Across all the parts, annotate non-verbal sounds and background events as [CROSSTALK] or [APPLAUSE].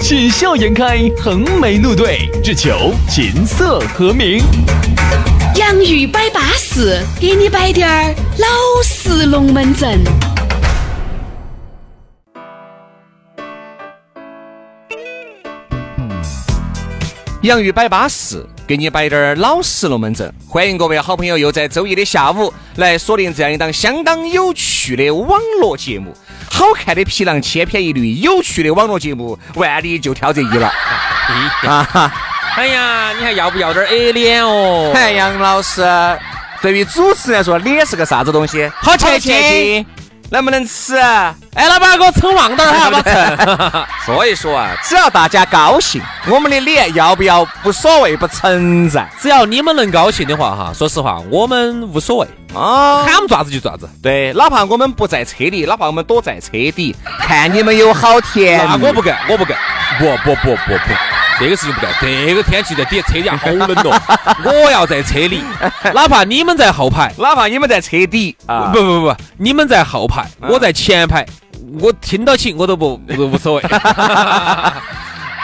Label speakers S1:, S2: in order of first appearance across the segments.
S1: 喜笑颜开，横眉怒对，只求琴瑟和鸣。
S2: 洋芋摆巴士，给你摆点儿老式龙门阵。
S3: 洋芋摆巴适，给你摆点儿老实龙门阵。欢迎各位好朋友又在周一的下午来锁定这样一档相当有趣的网络节目。好看的皮囊千篇一律，有趣的网络节目万里就挑这一了。啊哈！
S4: 哎呀，你还要不要点 A 脸哦？
S3: 看杨老师，对于主持人来说，脸是个啥子东西？好
S4: 切
S3: 切
S4: 切，
S3: 能不能吃？
S4: 哎，老板给我称旺点儿好不好称？
S3: 所以说啊，只要大家高兴，我们的脸要不要无所谓，不存在
S4: 只要你们能高兴的话哈，说实话，我们无所谓，
S3: 啊。
S4: 喊我们爪子就爪子。
S3: 对，哪怕我们不在车里，哪怕我们躲在车
S4: [LAUGHS]
S3: 底，看你们有好甜。
S4: 那我不干，我不干，不不不不不，这个事情不干。这个天气在底下车底下好冷哦， [LAUGHS] 我要在车里，哪怕你们在后排，
S3: 哪怕你们在车底啊，
S4: 不不不，你们在后排，我在前排，我听到起我都不我都无
S3: [LAUGHS]
S4: 所谓。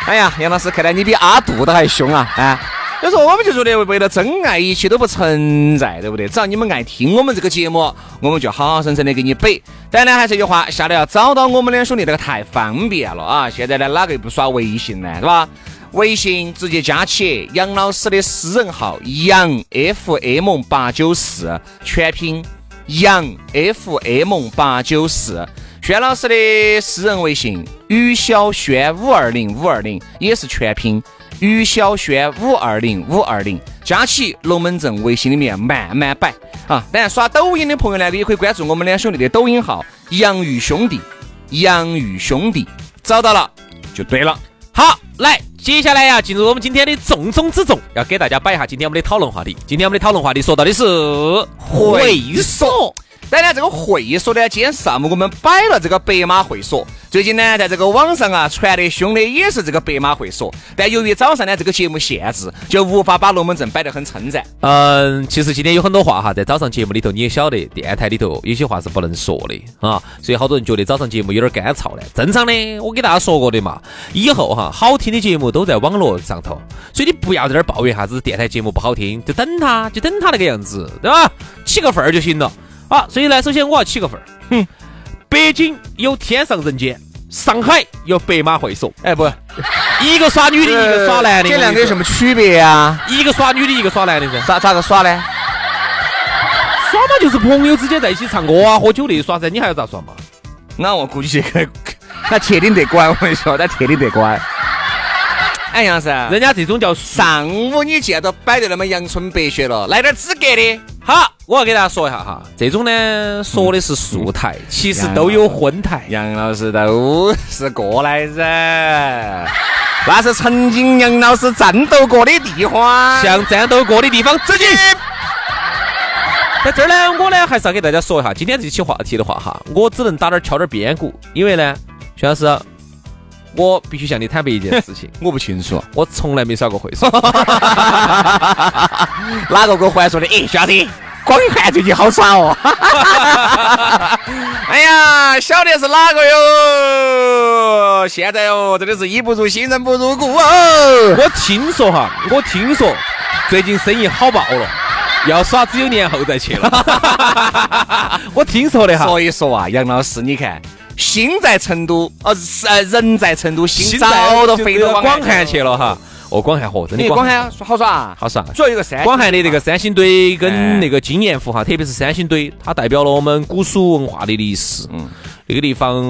S3: 哎呀，杨老师，看来你比阿杜都还凶啊！啊，所以说我们就觉得为了真爱，一切都不存在，对不对？只要你们爱听我们这个节目，我们就好好生生的给你摆。当然还是一句话，下来要找到我们两兄弟，这个太方便了啊！现在呢，哪个又不耍微信呢？是吧？微信直接加起杨老师的私人号杨 FM 八九四，全拼杨 FM 八九四。轩老师的私人微信于小轩五二零五二零也是全拼于小轩五二零五二零，加起龙门阵微信里面慢慢摆啊。当然刷抖音的朋友呢，也可以关注我们两兄弟的抖音号杨玉兄弟，杨玉兄弟找到了就对了。
S4: 好，来，接下来呀、进入我们今天的重中之重，要给大家摆一下今天我们的讨论话题。今天我们的讨论话题说到的是
S3: 会所。当然，这个会所呢，今天上午我们摆了这个白马会所。最近呢，在这个网上啊传得凶的也是这个白马会所，但由于早上呢这个节目限制，就无法把龙门阵摆得很称赞。
S4: 嗯，其实今天有很多话哈，在早上节目里头你也晓得，电台里头有些话是不能说的啊，所以好多人觉得早上节目有点干燥呢。正常的，我给大家说过的嘛，以后哈好听的节目都在网络上头，所以你不要在那儿抱怨啥子电台节目不好听，就等它，就等它那个样子，对吧？起个份儿就行了。啊，所以呢，首先我要起个份儿，哼，
S3: 嗯
S4: 北京有天上人间，上海有白马会所，
S3: 哎，不，
S4: 一个耍女的，一个耍男的，
S3: 这两个
S4: 我跟
S3: 有
S4: 你
S3: 什
S4: 说
S3: 么区别啊？
S4: 一个耍女的，一个耍男的噻。
S3: 咋咋个耍呢？
S4: 耍嘛就是朋友之间在一起唱歌啊、喝酒那耍噻，你还要咋耍嘛？
S3: 那我估计这个，那铁定得乖，我跟你说，那铁定得乖。哎，杨三，
S4: 人家这种叫啥？
S3: 上午你既然都摆得那么阳春白雪了，来点资格的。
S4: 好，我要给大家说一下哈，这种呢说的是素台，其实都有荤台。
S3: 杨老师都是过来人，那是曾经杨老师战斗过的地方。哎
S4: 像战斗过的地方，
S3: 自己
S4: 在这儿呢，我呢还是要给大家说一下，今天这期话题的话哈，我只能打点儿敲点儿边鼓，因为呢，徐老师，我必须向你坦白一件事 [LAUGHS] 情，
S3: 我不清楚，
S4: 我从来没耍过会所。
S3: 哪个给我还说的？哎，小子，光汉最近好耍哦。 [LAUGHS] 哎呀，晓得是哪个哟？现在哦，真的是衣不如新人不如故哦。
S4: [LAUGHS] 我听说哈，我听说最近生意好爆了，要耍只有年后再去了。 [LAUGHS] 我听说的哈，
S3: 所以说啊，杨老师，你看。心在成都，哦，是呃人在成都，心
S4: 在
S3: 早都
S4: 就
S3: 飞
S4: 是
S3: 到
S4: 广汉去了哈。哦，广汉嚯，真的
S3: 你广
S4: 汉
S3: 汉好耍啊，
S4: 好耍。
S3: 主要有个啊山，
S4: 广汉的那个三星堆
S3: 哎
S4: 跟那个金岩湖哈，特别是三星堆，它代表了我们古蜀文化的历史。嗯，那个地方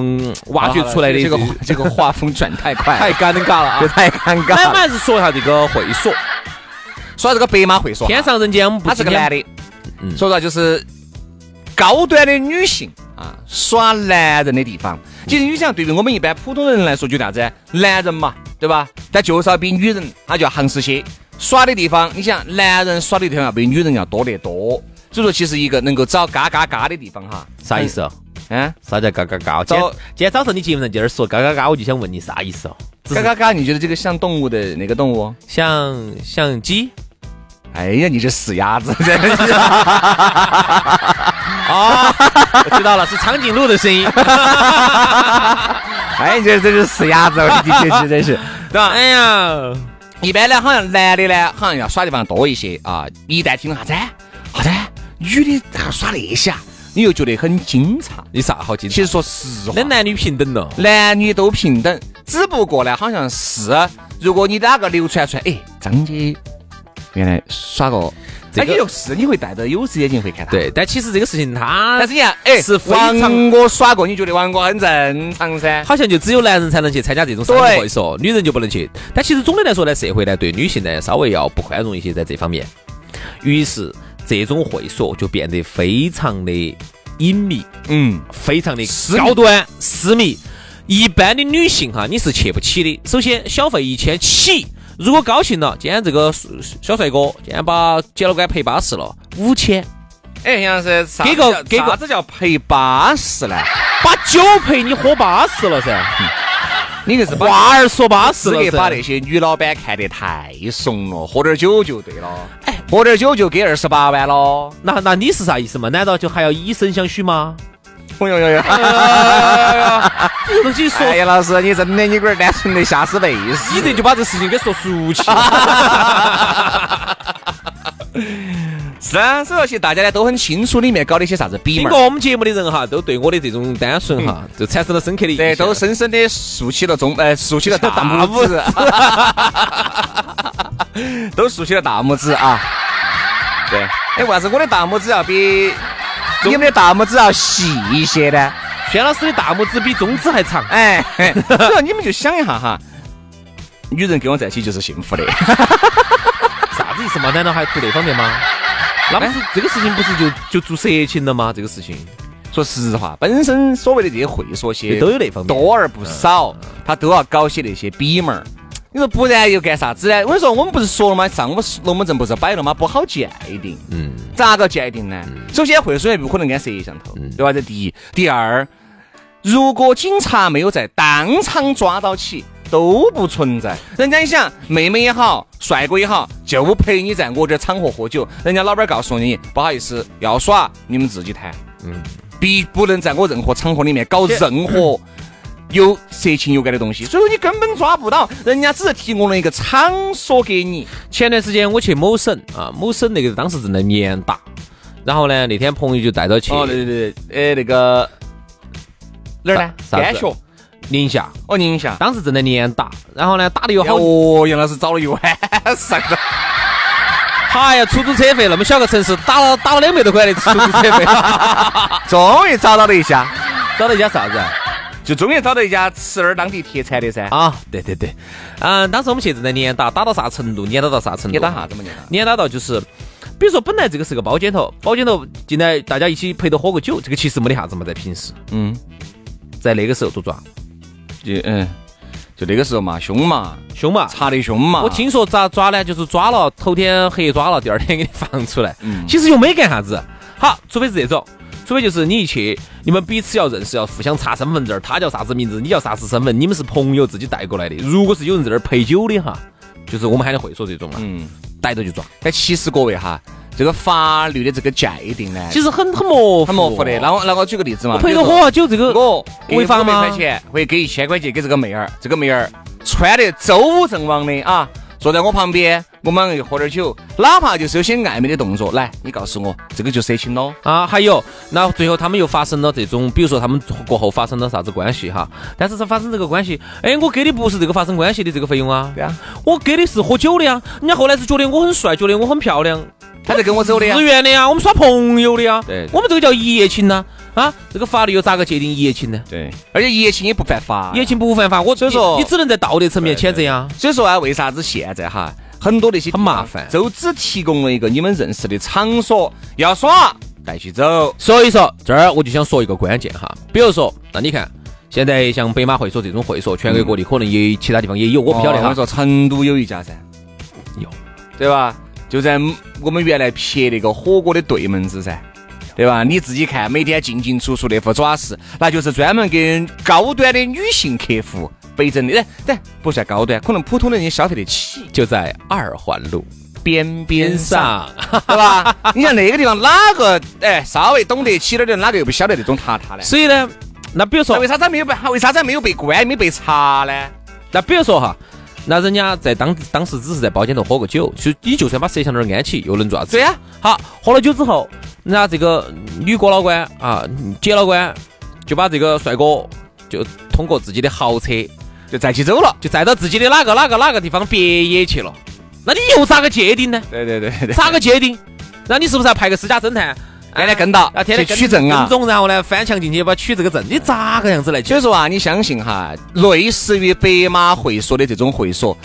S4: 挖掘出来的
S3: 这个
S4: 这
S3: [LAUGHS] 这个画风转太
S4: [LAUGHS]
S3: 快，
S4: 太尴尬了啊
S3: 这！太尴
S4: [LAUGHS] 那
S3: 尬
S4: 我们
S3: 了。
S4: 还是说一下这个会
S3: [LAUGHS]
S4: 所，
S3: 说到这个白马会所，
S4: 天上人间我们不
S3: 他是个男的，
S4: 嗯
S3: 说到就是高端的女性
S4: 嗯
S3: 啊，耍男人的地方。其实你想，对于我们一般普通人来说，就啥子？男人嘛，对吧？但就是要比女人，他就要行实些。耍的地方，你想，男人耍的地方要比女人要多得多。所以说，其实一个能够找嘎嘎嘎的地方哈，
S4: 啥意思啊？
S3: 嗯？
S4: 啥叫嘎嘎嘎？今天
S3: 早
S4: 今天早上你节目上在这儿说嘎嘎嘎，我就想问你啥意思哦？只
S3: 嘎
S4: 是
S3: 嘎嘎，你觉得这个像动物的哪个动物？哦
S4: 像像鸡
S3: 哎呀，你这死鸭子！ [LAUGHS]
S4: 啊，我知道了，是长颈鹿的
S3: [LAUGHS]
S4: 声音。
S3: 哎，你这这是死鸭子，我跟你这真是。
S4: 哎呀，
S3: 一般呢，好像男的呢，好像要耍地方多一些啊。一旦听到啥子，啥子，女的还耍那些啊，你又觉得很惊诧。
S4: 你啥好惊
S3: 其
S4: 奇？
S3: 实说实话
S4: 那，男女平等了。
S3: 男女都平等，只不过呢，好像是如果你哪个流传出来，哎，张姐原来耍过，
S4: 这
S3: 哎，
S4: 个
S3: 你就是你会戴着有色眼镜会看他。，
S4: 对，但其实这个事情它，
S3: 但是你看，哎，
S4: 是非常
S3: 王哥耍过，你觉得王哥很正常噻？
S4: 好像就只有男人才能去参加这种商业
S3: 对
S4: 会所，女人就不能去。但其实总的来说呢，社会呢对女性呢稍微要不宽容一些，在这方面，于是这种会所就变得非常的隐秘，
S3: 嗯，
S4: 非常的高端私密。一般的女性哈，你是去不起的。首先，小费一千起，如果高兴了，今天这个小帅哥今天把姐老倌陪巴适了，五千；
S3: 哎，杨老师，啥
S4: 给
S3: 子
S4: 个
S3: 叫
S4: 给个
S3: 啥子叫陪巴适呢？
S4: 把酒陪你喝巴适了噻，
S3: 你硬是把
S4: 话儿说巴适
S3: 是
S4: 了
S3: 给把
S4: 噻
S3: 那。些女老板看得太怂了，喝点酒就对了，哎，喝点酒就给二十八万喽。
S4: 那那你是啥意思嘛？难道就还要以身相许吗？
S3: 哎呦呦呦！
S4: [LAUGHS] 这个东西说，
S3: 哎哎呀，老师，你真的你龟儿单纯的吓死背
S4: 你
S3: 死。
S4: 这就把这事情给说俗
S3: [LAUGHS]
S4: 气。
S3: 是啊，所以说其实大家呢都很清楚里面搞的一些啥子比
S4: 经
S3: 嘛，
S4: 过我们节目的人哈，都对我的这种单纯哈，就产生了深刻的印象。
S3: 嗯对，都深深的竖起了中，呃，竖起了大
S4: [LAUGHS]
S3: 拇指，都竖起了大拇指啊。对，哎，为啥子我的大拇指要比你们的大拇指要细一些呢？
S4: 轩老师的大拇指比中指还长。 [LAUGHS]
S3: 哎，嘿所以说你们就想一下哈，女人跟我在一起就是幸
S4: [LAUGHS]
S3: 福的。
S4: 啥子意思嘛？难道还图那方面吗？
S3: 哎
S4: 那不是这个事情不是就就做色情了吗？这个事情
S3: 说实话，本身所谓的这些会所些
S4: 也都有那方面。嗯
S3: 多而不少，他都要搞些那些比门儿。你说不然又干啥子呢？我跟你说，我们不是说了吗？上午龙门阵不是摆了吗？不好界定，
S4: 嗯，
S3: 咋个界定呢？首先，会所也不可能安摄像头，对吧？这第一，第二，如果警察没有在当场抓到起，都不存在。人家你想，妹妹也好，帅哥也好，就陪你在我这场合喝酒，人家老板告诉你，不好意思，要耍你们自己谈，必不能在我任何场合里面搞任何有色情有感的东西，所以说你根本抓不到，人家只是提供了一个场所给你。
S4: 前段时间我去某省啊，某省那个当时正在严打，然后呢那天朋友就带着去
S3: 对对对，呃，那个哪儿呢？
S4: 啥啥
S3: 甘
S4: 子
S3: 肃，
S4: 宁夏，
S3: 哦，宁夏。
S4: 当时正在严打，然后呢打的又好，
S3: 哦，原来是找了一晚上 [LAUGHS] 的。
S4: 哎呀出租车费那么小个城市打了打了两百多块的出租车费，
S3: 终于找到了一家，
S4: 找了一家啥子啊？
S3: 就终于找到一家吃点儿当地特产的噻。
S4: 啊，对对对，嗯，当时我们去正在严打，打到啥程度？严打到啥程度？
S3: 你打啥子嘛你？
S4: 你打到就是，比如说本来这个是个包间头，包间头进来大家一起陪着喝个酒，这个其实没得啥子嘛，在平时，
S3: 嗯，
S4: 在那个时候多抓
S3: 就嗯，就那个时候嘛，凶嘛，
S4: 凶嘛。
S3: 查得凶嘛。
S4: 我听说咋抓呢？就是抓了，头天黑抓了，第二天给你放出来。
S3: 嗯
S4: 其实又没干啥子。好，除非是这种，除非就是你一去，你们彼此要认识，要互相查身份证，他叫啥子名字，你叫啥子身份，你们是朋友自己带过来的。如果是有人在那儿陪酒的哈，就是我们喊的会所这种啊，
S3: 嗯，
S4: 逮着就抓。
S3: 但其实各位哈，这个法律的这个界定呢，
S4: 其实很很模糊，
S3: 很模糊的。那我哦那我举个例子嘛，
S4: 陪
S3: 比
S4: 着
S3: 如
S4: 喝
S3: 说
S4: 下酒这个
S3: 我
S4: 违法吗
S3: 块钱会给一千块钱给这个妹儿，这个妹儿穿得周武正王的啊，坐在我旁边，我们两个喝点酒，哪怕就是有些暧昧的动作，来，你告诉我，这个就色情喽。
S4: 啊，还有，那最后他们又发生了这种，比如说他们过后发生了啥子关系哈，但是这发生这个关系，哎，我给的不是这个发生关系的这个费用啊，
S3: 对啊，
S4: 我给的是喝酒的呀，人家后来是觉得我很帅，觉得我很漂亮，
S3: 他在跟我走的呀
S4: 自。愿的呀，我们耍朋友的呀，
S3: 对
S4: 我们这个叫一夜情呐、啊，这个法律又咋个界定一夜情呢？
S3: 对，而且一夜情也不犯法。
S4: 一夜情不犯法，我所
S3: 哎以说
S4: 你你只能在道德层面谴责呀。
S3: 所以说啊，为啥子现在哈很多那些地方
S4: 很麻烦
S3: 都只提供了一个你们认识的场所，要耍带起走。
S4: 所以说这儿我就想说一个关键哈，比如说，那你看。现在像北马会所这种会所，全国各地可能也其他地方也有，我不晓得
S3: 嗯哦我跟你
S4: 哈。
S3: 说，成都有一家噻，
S4: 有，
S3: 对吧？就在我们原来撇那个火锅的对门子噻，对吧？你自己看，每天进进出出那副爪式，那就是专门给高端的女性客户北整的。哎，但不算高端，可能普通的人也消费得起。
S4: 就在二环路
S3: 边边
S4: 边
S3: 上，
S4: 上，
S3: 对吧？ [LAUGHS] 你像那个地方，哪个哎稍微懂得起点儿的，哪个又不晓得那种榻榻呢？
S4: 所以呢，那比如说
S3: 那为啥子没有被？为啥子没有被关？没被查呢？
S4: 那比如说哈，那人家在当当时只是在包间头喝个酒，就你就算把摄像头安起，又能做啥子？
S3: 对呀、
S4: 好，喝了酒之后，人家这个女哥老倌啊，姐老倌就把这个帅哥就通过自己的豪车，
S3: 就在起走了。
S4: 就载到自己的哪个哪个哪个地方别野去了。那你又咋个界定呢？
S3: 对对对
S4: [LAUGHS]
S3: 对
S4: 咋个界定？那你是不是要派个私家侦探？
S3: [LAUGHS] 天天跟到
S4: 啊，天天
S3: 去
S4: 跟
S3: 取证啊
S4: 跟踪，然后呢翻墙进去把取这个证，你咋个样
S3: [LAUGHS]
S4: 子来
S3: 所
S4: 解
S3: 以说啊，你相信哈，类似于北马会所的这种会所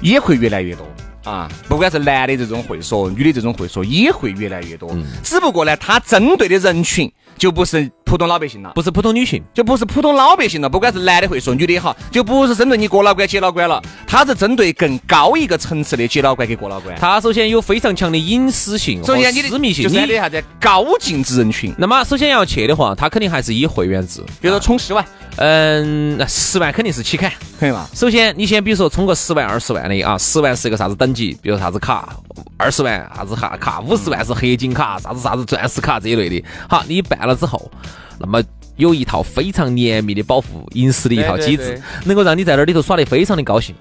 S3: 也会越来越多啊。不管是男的这种会所，女的这种会所也会越来越多。
S4: 嗯
S3: 只不过呢，它针对的人群就不是普通老百姓了，
S4: 不是普通女性，
S3: 就不是普通老百姓了。不管是男的会所，女的也好，就不是针对你哥老倌、姐老倌了，它是针对更高一个层次的姐老倌跟哥老倌。
S4: 她首先有非常强的隐私性和
S3: 首啊先，你的
S4: 私密性，
S3: 就是你
S4: 你
S3: 的啥子高净值人群，
S4: 那么首先要去的话，他肯定还是以会员制，啊
S3: 比如说充十万，
S4: 嗯，那十万肯定是起砍。
S3: 可以吗？
S4: 首先，你先比如说充个十万、二十万的啊，十万是一个啥子等级？比如啥子卡，二十万啥子卡卡，五十万是黑金卡，啥子啥子钻石卡这一类的。好，你办了之后，那么有一套非常严密的保护隐私的一套机
S3: 对
S4: 制
S3: 对对，
S4: 能够让你在那里头耍得非常的高兴。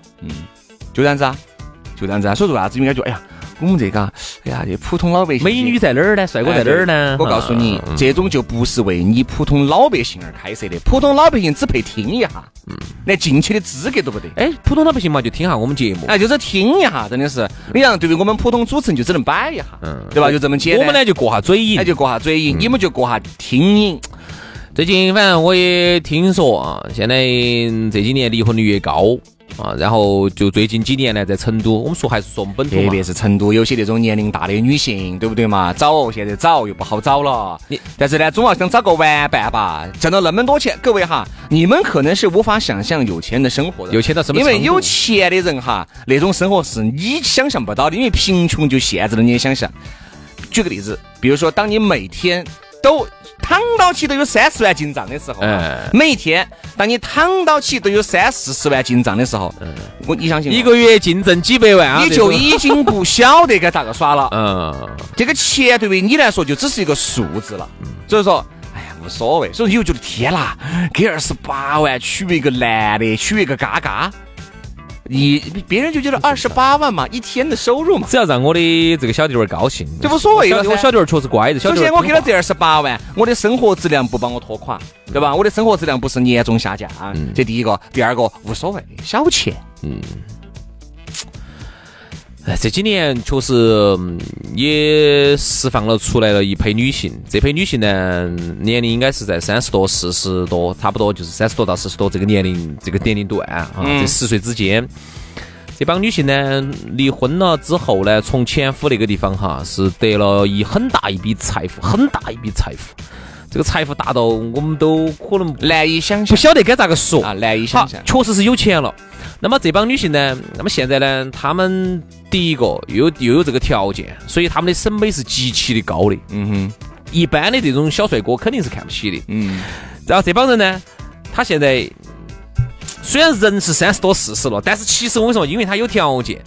S3: 就这样子啊，就这样子啊。所以说啥子，应该就哎呀，我们这个，哎呀，这普通老百姓，
S4: 美女在哪儿呢？帅
S3: 哎。
S4: 哥在哪儿呢？
S3: 我告诉你
S4: 啊，
S3: 这种就不是为你普通老百姓而开设的，普通老百姓只配听一下，
S4: 嗯
S3: 连进去的资格都不得。
S4: 哎，普通老百姓嘛，就听下我们节目。
S3: 哎，就是听一下，真的是，你像对于我们普通主持人就只能摆一下，对吧？就这么简
S4: 嗯
S3: 单。
S4: 我们嗯呢就过下嘴瘾
S3: 哎，，就过下嘴瘾，你们就过下听瘾。
S4: 最近反正我也听说啊，现在这几年离婚率越高啊，然后就最近几年呢，在成都，我们说还是说我们本土
S3: 特
S4: 嘛
S3: 别，是成都有些那种年龄大的女性，对不对嘛？找现在找又不好找了
S4: 你，
S3: 但是呢，总要想找个玩伴吧。挣了那么多钱，各位哈，你们可能是无法想象有钱人的生活的，
S4: 有钱到什么
S3: 因为
S4: 程度
S3: 有钱的人哈，那种生活是你想象不到的，因为贫穷就限制了你的想象。举个例子，比如说，当你每天都躺到起都有三十万进账的时候，
S4: 哎
S3: 每一天当你躺到起都有三四十万进账的时候，我你相信
S4: 嗯
S3: 吗
S4: 一个月净挣几百万啊，
S3: 你
S4: 这
S3: 就
S4: 种
S3: 已经不晓得该咋个耍了。
S4: 嗯，
S3: 这个钱对于你来说就只是一个数字了，所以说。哎呀，无所谓，所以你就觉得天啦，给二十八万娶一个男的，娶一个嘎嘎，你别人就觉得二十八万嘛，一天的收入嘛。
S4: 只要让我的这个小弟儿高兴，
S3: 就无所谓了
S4: 我小我
S3: 噻
S4: 小弟儿确实乖，这小
S3: 首
S4: 弟儿
S3: 先，我给了
S4: 听
S3: 这二十八万，我的生活质量不把我拖垮，对吧？我的生活质量不是严重下降，
S4: 嗯
S3: 这第一个，第二个无所谓，小钱。
S4: 话，哎，这几年确实嗯也释放了出来了一批女性，这批女性呢，年龄应该是在三十多、四十多，差不多就是三十多到四十多这个年龄这个年龄段啊，这十岁之间。这帮女性呢，离婚了之后呢，从前夫那个地方哈，是得了一很大一笔财富，很大一笔财富。这个财富大到我们都可能
S3: 难以想
S4: 不
S3: 象
S4: 晓得该咋个说
S3: 啊，难以
S4: 好
S3: 想象，。
S4: 确实是有钱了。那么这帮女性呢，那么现在呢，她们第一个又又有这个条件，所以她们的审美是极其的高的。
S3: 嗯哼，
S4: 一般的这种小帅哥肯定是看不起的。
S3: 嗯，
S4: 然后这帮人呢，他现在虽然人是三十多四十了，但是其实我跟你说，因为他有条件，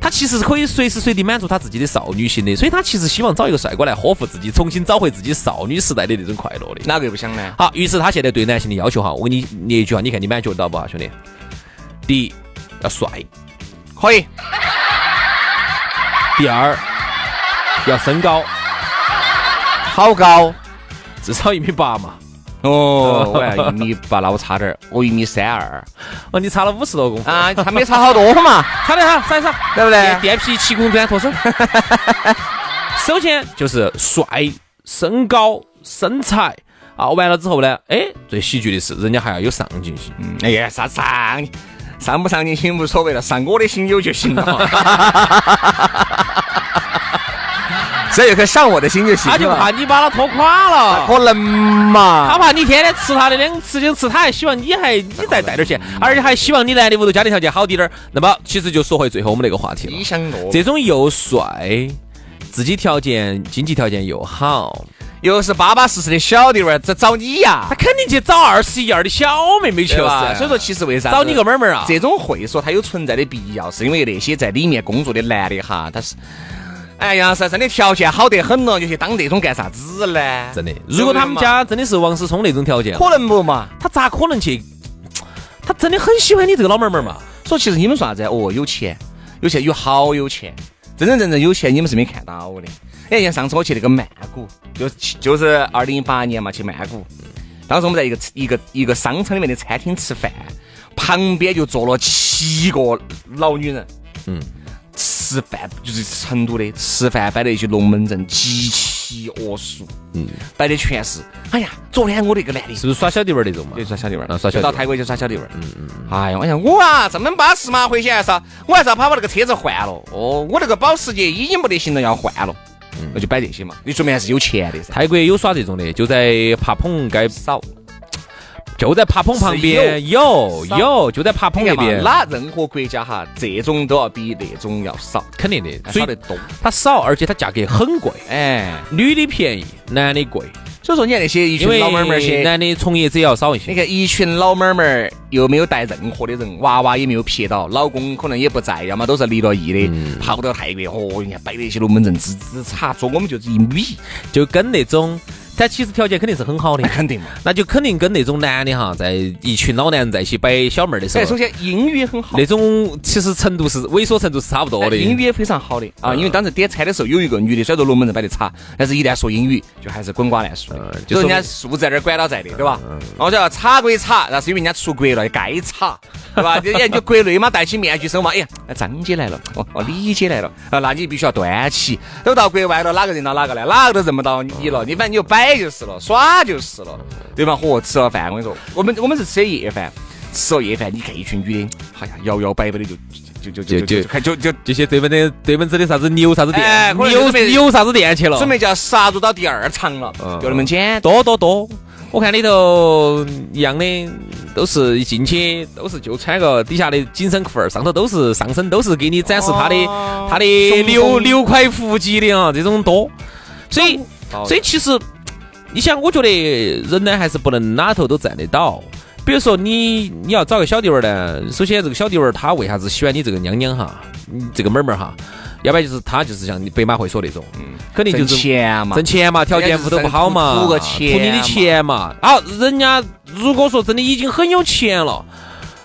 S4: 他其实是可以随时随地满足他自己的少女心的，所以他其实希望找一个帅哥来呵护自己，重新找回自己少女时代的那种快乐的。
S3: 哪个也不想呢？
S4: 好，于是他现在对男性的要求哈，我给你列一句哈，你看你满足得到不啊，兄弟？第一要帅，
S3: 可以，
S4: 第二要身高
S3: 好高。
S4: 至少一米八嘛，
S3: 哦，我要一米八，那我差点儿，我一米三二
S4: 哦，你差了五十多公分，
S3: 啊，哎他没差好多嘛，
S4: 差点哈，差一差，
S3: 对不
S4: 电
S3: 对？
S4: 电皮七公转脱身。首先就是帅、身高、身材啊，完了之后呢，哎，最喜剧的是人家还要有上进心。
S3: 哎呀，啥上上不上进心无所 [LAUGHS] 谓了，上我的心有就行了。只要有个上我的心就行
S4: 他就怕
S3: 了。
S4: 你把他拖垮了。
S3: 可能嘛？
S4: 他怕你天天吃他的两次斤吃，他还希望你还你再带点钱，而且还希望你来的屋头家庭条件好滴点儿。那么，其实就说回最后我们那个话题了
S3: 你。想我，
S4: 这种又帅，自己条件经济条件又好，
S3: 又是巴巴适适的小弟娃儿，这找你呀
S4: 他，肯定去找二十一二的小妹妹去
S3: 对吧？
S4: 了。
S3: 所以说，其实为啥子
S4: 找你个妹妹儿啊，
S3: 这种会所它有存在的必要，是因为那些在里面工作的男的哈，他是，哎呀，是真的条件好得很了，就去当这种干啥子呢？
S4: 真的。如果他们家真的是王思聪那种条件，
S3: 可能不嘛？
S4: 他咋可能去？他真的很喜欢你这个老妹儿妹儿嘛？
S3: 所以其实你们说啥子？哦，有钱，有钱，有好有钱，真真正正有钱，你们是没看到的。哎，像上次我去那个曼谷，就是就是二零一八年嘛，去曼谷，当时我们在一个一个一个商场里面的餐厅吃饭，旁边就坐了七个老女人。
S4: 嗯，
S3: 吃饭就是成都的吃饭摆的一些龙门阵，极其恶俗。嗯，摆的全是，哎呀，昨天我那个男的。
S4: 是不是耍小弟娃儿那种嘛
S3: 就？耍小弟娃儿，
S4: 啊耍小弟娃
S3: 到
S4: 儿
S3: 泰国就耍小弟娃儿。嗯嗯。哎呀，我想我啊，这么巴适嘛，回去还是要我还是要把我那个车子换了。哦，我那个保时捷已经没得行了，要换了。我就摆这些嘛，你说明还是有钱的噻。
S4: 泰国有耍这种的，就在帕蓬街少，就在帕蓬旁边有
S3: 少
S4: 有，就在帕蓬
S3: 你
S4: 那
S3: 看嘛，
S4: 边，
S3: 哪任何国家哈，这种都要比那种要少，
S4: 肯定的，所
S3: 哎少得
S4: 以
S3: 多。
S4: 它少，而且它价格很贵，
S3: 哎，
S4: 女的便宜，男的贵，
S3: 所以说你看那些一
S4: 因
S3: 群
S4: 为
S3: 老妹儿们儿些，
S4: 男的从业者要少一些
S3: 你。看一群老妹儿们儿又没有带任何的人，娃娃也没有撇到，老公可能也不在，要么都是离了异的，跑不到泰国。哦，人家摆的一些龙门阵，只只差坐我们就是一米，
S4: 就跟那种，但其实条件肯定是很好的
S3: 那，肯定嘛。
S4: [LAUGHS] 那就肯定跟那种男的哈，在一群老男人在一起摆小妹儿的时
S3: 哎，首
S4: 候，
S3: 先英语很好
S4: 那。种其实程度是猥琐程度是差不多
S3: 哎
S4: 的。
S3: 英语也非常好的啊，因为当时点餐的时候有一个女的，虽然说龙门阵摆的差，但是一旦说英语就还是滚瓜烂熟的，
S4: 嗯就
S3: 就嗯
S4: 说
S3: 人
S4: 明
S3: 家素质在那儿管到在的，对吧？然后就要查归查，然后是因为人家出国了，该查，对吧？人家就国内嘛，戴起面具生活，哎呀，张姐来了，哦哦，李姐来了，啊，那你必须要端起，都到国外了，哪个认到哪个来，哪个都认不到你了，你反正你就摆就是了，耍就是了，对吧？嚯，吃了饭，我跟你说，我们我们是吃的夜饭。吃了夜饭，你看一群女的，哎呀，摇摇摆摆的就就
S4: 就
S3: 就就就
S4: 就
S3: 就开就就
S4: 这些对门的对门子的啥子牛啥子
S3: 哎
S4: 店，
S3: 可能
S4: 牛
S3: 准备
S4: 牛啥子店去了，
S3: 准备就要杀入到第二场了，
S4: 嗯
S3: 就那么简单。
S4: 多多多。我看里头一样的，都是一进去都是就穿个底下的紧身裤儿，上头都是上身都是给你展示他的、
S3: 哦
S4: 他的
S3: 胸
S4: 六
S3: 中
S4: 六块腹肌的啊，这种多。所以
S3: 好的
S4: 所以其实你想，我觉得人呢还是不能哪头都站得到。比如说你你要找个小弟娃儿呢，首先这个小弟娃儿他为啥子喜欢你这个娘娘哈，你这个妹儿妹儿哈？要不然就是他就是像你白马会说那种，肯定就是
S3: 嗯挣钱嘛
S4: 挣，钱嘛，条件屋头不好嘛，
S3: 图个钱
S4: 图你的钱嘛。好，人家如果说真的已经很有钱了，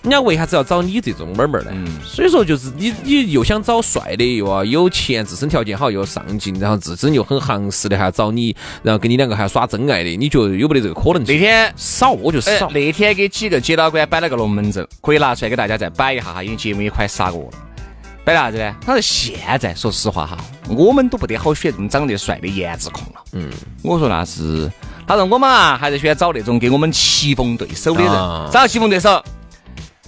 S4: 人家为啥子要找你这种妹儿妹儿呢？
S3: 嗯
S4: 所以说就是你你又想找帅的，又要有钱，自身条件好，又要上进，然后自身又很行实的，还要找你，然后跟你两个还要耍真爱的，你觉得有没得这个可能
S3: 那
S4: 性？
S3: 天。
S4: 少，我就
S3: 哎
S4: 少，。
S3: 那天给几个姐老倌摆了个龙门阵，可以拿出来给大家再摆一下哈，因为节目也快杀过了。摆啥子呢？他说现在说实话哈，我们都不得好选这种长得帅的颜值控了。嗯，我说那是，他说我们啊还是喜欢找那种给我们棋逢对手的人
S4: 啊，
S3: 找棋逢对手，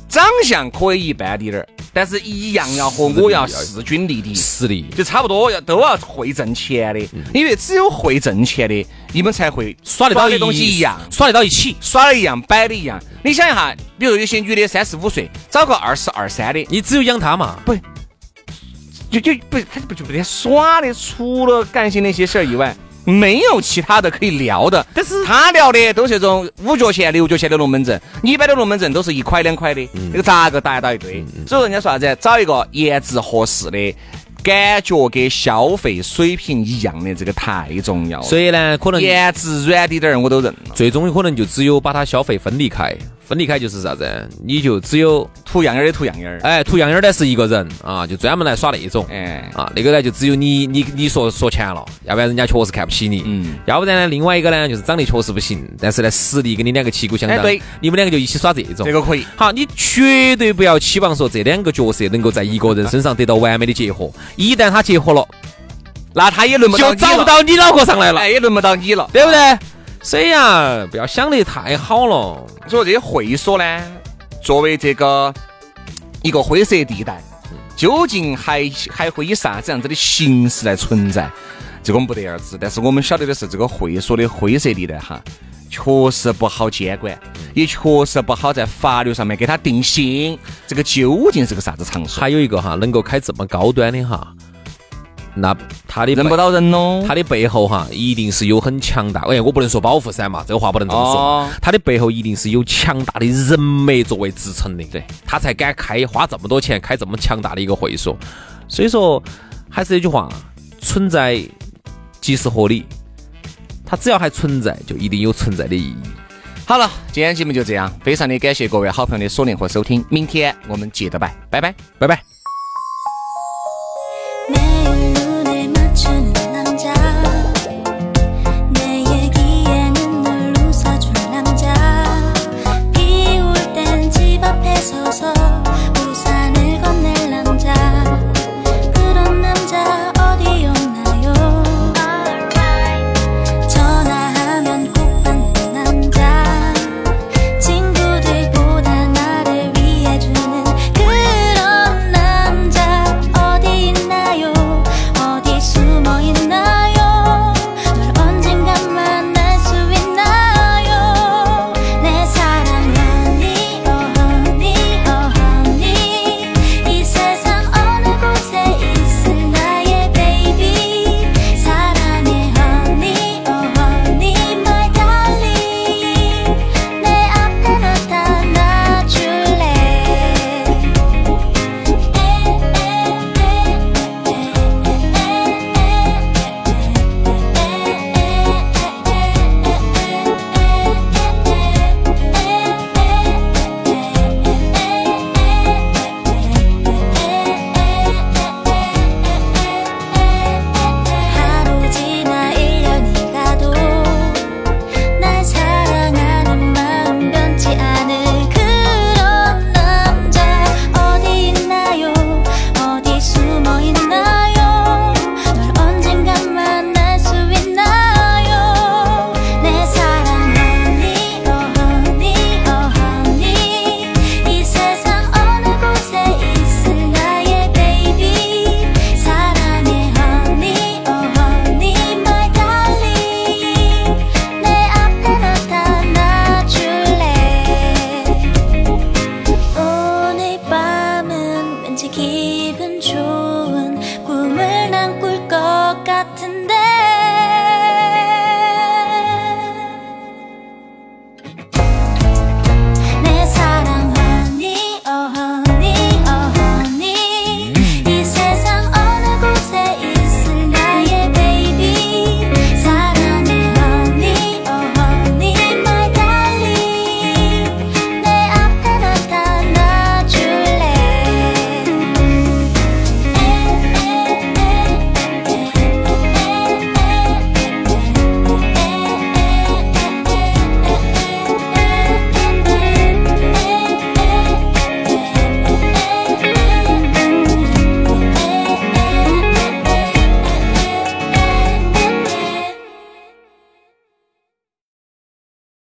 S3: 长相可以一般滴点儿，但是一样要和我要势均力敌。
S4: 实力
S3: 就差不多要都要会挣钱的，因为只有会挣钱的，你们才会
S4: 嗯耍得到
S3: 的东西一样，
S4: 耍得到一起。
S3: 耍的一样，摆的一样。你想一下，比如说有些女的三十五岁，找个二十二三的，
S4: 你只有养他嘛，
S3: 就就不她就不就不得耍的，除了干些那些事儿以外。没有其他的可以聊的，但是他聊的都是这种五角钱、六角钱的龙门阵，你摆的龙门阵都是一块两块的，那个咋个打也打一堆。所以人家说啥子，找一个颜值合适的，感觉跟消费水平一样的，这个太重要了。
S4: 所以呢，可能
S3: 颜值软滴点儿我都认了，
S4: 最终可能就只有把他消费分离开。分离开就是啥子？你就只有
S3: 图样样的图样样儿。
S4: 哎，涂样样儿的是一个人啊，就专门来耍那种。
S3: 哎，
S4: 啊，那个呢，就只有你你你说说钱了，要不然人家确实看不起你。
S3: 嗯，
S4: 要不然呢，另外一个呢，就是长得确实不行，但是呢，实力跟你两个旗鼓相当。
S3: 哎对，
S4: 你们两个就一起耍这种。
S3: 这个可以。
S4: 好，你绝对不要期望说这两个角色能够在一个人身上得到完美的结合，一旦他结合了，
S3: 那他也轮不到
S4: 就
S3: 你
S4: 找不
S3: 了，
S4: 到你脑壳上来了，
S3: 哎，也轮不到你了。
S4: 对不对？所以啊，不要想得太好了。
S3: 所以这些会所呢，作为这个一个灰色地带，究竟还还会以啥子样子的形式来存在，这个我们不得而知。但是我们晓得的是，这个会所的灰色地带哈，确实不好监管，也确实不好在法律上面给它定性，这个究竟是个啥子场所，
S4: 还有一个哈，能够开这么高端的哈，那他的
S3: 认不到人喽。
S4: 它的背后哈，一定是有很强大。哎，我不能说保护伞嘛，这个话不能这么
S3: 哦
S4: 说。它、的背后一定是有强大的人脉作为支撑的，对，他才敢开花这么多钱开这么强大的一个会所。所以说，还是那句话，存在即是合理。它只要还存在，就一定有存在的意义。
S3: 好了，今天节目就这样，非常的感谢各位好朋友的锁定和收听，明天我们接着拜，拜拜。
S4: 拜拜。